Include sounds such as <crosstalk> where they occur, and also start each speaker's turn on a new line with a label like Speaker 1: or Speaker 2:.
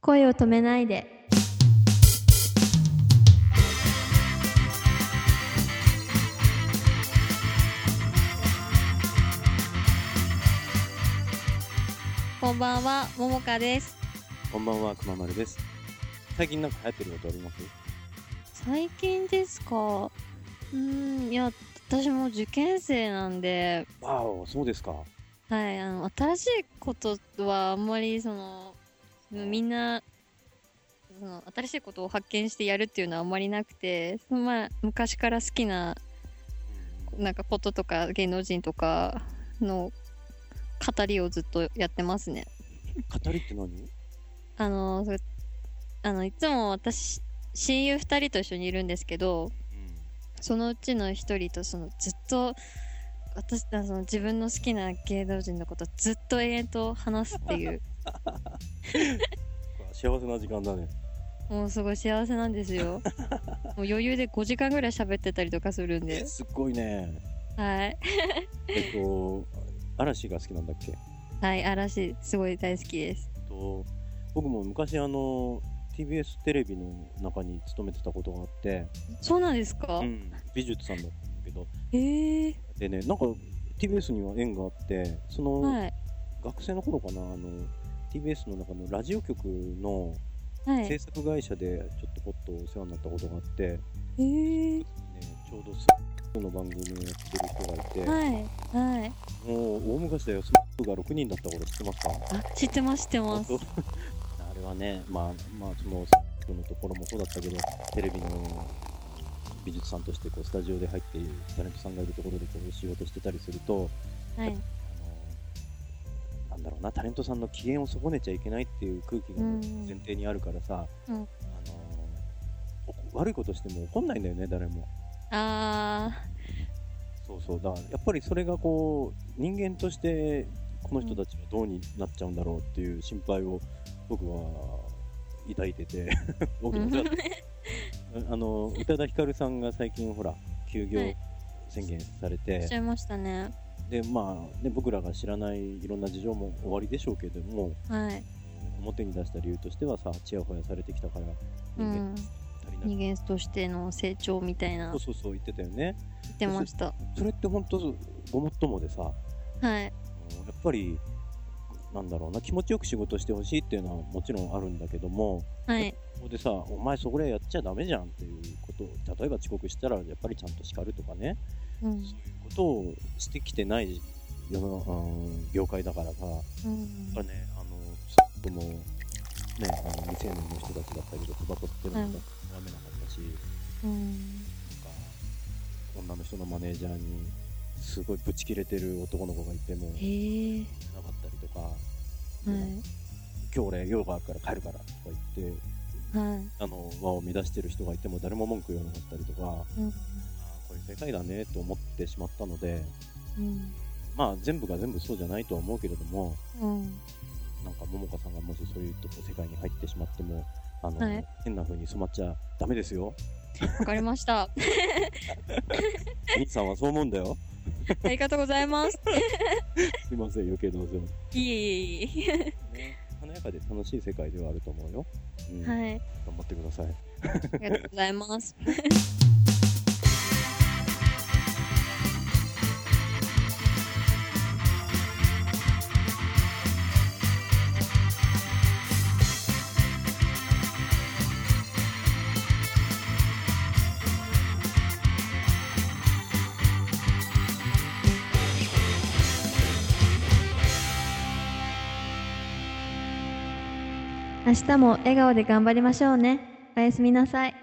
Speaker 1: 声を止めないで。
Speaker 2: こんばんは、ももかです。
Speaker 3: こんばんは、くままるです。最近なんか流行ってることあります
Speaker 2: 最近ですかうーん、いや、私も受験生なんで、
Speaker 3: わお、そうですか。
Speaker 2: はい、あの、新しいことはあんまり、その、みんな、その、新しいことを発見してやるっていうのはあんまりなくて、そのまあ、昔から好きな、なんかこととか、芸能人とかの語りをずっとやってますね。
Speaker 3: 語りって何
Speaker 2: あの、そあの、いつも私、親友二人と一緒にいるんですけど、そのうちの一人とそのずっと私あその自分の好きな芸能人のことずっと永遠と話すっていう
Speaker 3: 幸せな時間だね。
Speaker 2: もうすごい幸せなん
Speaker 3: <laughs>
Speaker 2: ですよもう余裕で5時間ぐらい喋ってたりとかするんで、
Speaker 3: すっごいね。
Speaker 2: はい、
Speaker 3: えっと、嵐が好きなんだっけえ
Speaker 2: はい、嵐すごい大好きです
Speaker 3: っと、僕も昔あの、TBS テレビの中に勤めてたことがあって、
Speaker 2: そうなんですか、
Speaker 3: うん美術さんだったんだけど、
Speaker 2: ええ
Speaker 3: でね、なんか TBS には縁があって、その、
Speaker 2: はい
Speaker 3: 学生の頃かな、あの、TBS の中のラジオ局の
Speaker 2: はい
Speaker 3: 制作会社でちょっとポッとお世話になったことがあって、
Speaker 2: えー
Speaker 3: ね、ちょうどスマッの番組をやってる人がいて、
Speaker 2: はいはい
Speaker 3: もう大昔だよ、スマッが6人だった頃知ってますか
Speaker 2: あ知ってます知ってます
Speaker 3: <laughs> 本当あれはね、まあ、まあ、そのスマッのところもそうだったけど、テレビの美術さんとしてこうスタジオで入っているタレントさんがいるところでこう仕事してたりすると、
Speaker 2: はい
Speaker 3: あのなんだろうな、タレントさんの機嫌を損ねちゃいけないっていう空気が
Speaker 2: うん
Speaker 3: 前提にあるからさ、
Speaker 2: うん
Speaker 3: あのお悪いことしても怒んないんだよね、誰も。
Speaker 2: あ
Speaker 3: そうそうだからやっぱりそれがこう人間としてこの人たちはどうになっちゃうんだろうっていう心配を僕は抱いてて <laughs> 僕も
Speaker 2: うん
Speaker 3: あの宇多田ヒカルさんが最近ほら休業
Speaker 2: はい
Speaker 3: 宣言され
Speaker 2: ー
Speaker 3: て
Speaker 2: しち、ゃいましたね
Speaker 3: でまあね、僕らが知らないいろんな事情も終わりでしょうけども
Speaker 2: はい
Speaker 3: 表に出した理由としてはさちやほやされてきたから
Speaker 2: う
Speaker 3: 人間
Speaker 2: ん
Speaker 3: 足りない、
Speaker 2: 人間としての成長みたいな
Speaker 3: そう
Speaker 2: 言
Speaker 3: そうそう言ってたよね
Speaker 2: ってました
Speaker 3: それって本当ごもっともでさ、
Speaker 2: はい
Speaker 3: うんやっぱり、なんだろうな、気持ちよく仕事してほしいっていうのはもちろんあるんだけども、
Speaker 2: はい。
Speaker 3: そこでさ、お前そこらやっちゃダメじゃんっていうことを、例えば遅刻したらやっぱりちゃんと叱るとかね、
Speaker 2: うん
Speaker 3: そういうことをしてきてない世の、うん、業界だからさ、やっ
Speaker 2: うん
Speaker 3: ぱりね、あの、そも、ね、あの未成年の人たちだったけど、タバコ吸ってるのもダメなかったし、
Speaker 2: うん
Speaker 3: なんか、女の人のマネージャーに、すごいブチ切れてる男の子がいても、
Speaker 2: へえ。
Speaker 3: なかったりとか、
Speaker 2: はい。
Speaker 3: 今日俺用があるから帰るからとか言って
Speaker 2: はい。
Speaker 3: あの輪を乱してる人がいても誰も文句言わなかったりとかあ
Speaker 2: うん
Speaker 3: ーこれ世界だねと思ってしまったので
Speaker 2: うん。
Speaker 3: まあ全部が全部そうじゃないとは思うけれども
Speaker 2: うん。
Speaker 3: なんか桃香さんがもしそういうとこ世界に入ってしまってもあの、
Speaker 2: はい
Speaker 3: 変な風に染まっちゃダメで
Speaker 2: <laughs>
Speaker 3: すよ
Speaker 2: わかりました。
Speaker 3: 兄さんはそう思うんだよ
Speaker 2: ありがとうございます。
Speaker 3: すいません余計なお世話、
Speaker 2: いえいえい
Speaker 3: ね、華やかで楽しい世界ではあると思うよ、うん
Speaker 2: え。はい。
Speaker 3: 頑張ってください
Speaker 2: ありがとうございます。
Speaker 1: 明日も笑顔で頑張りましょうね。おやすみなさい。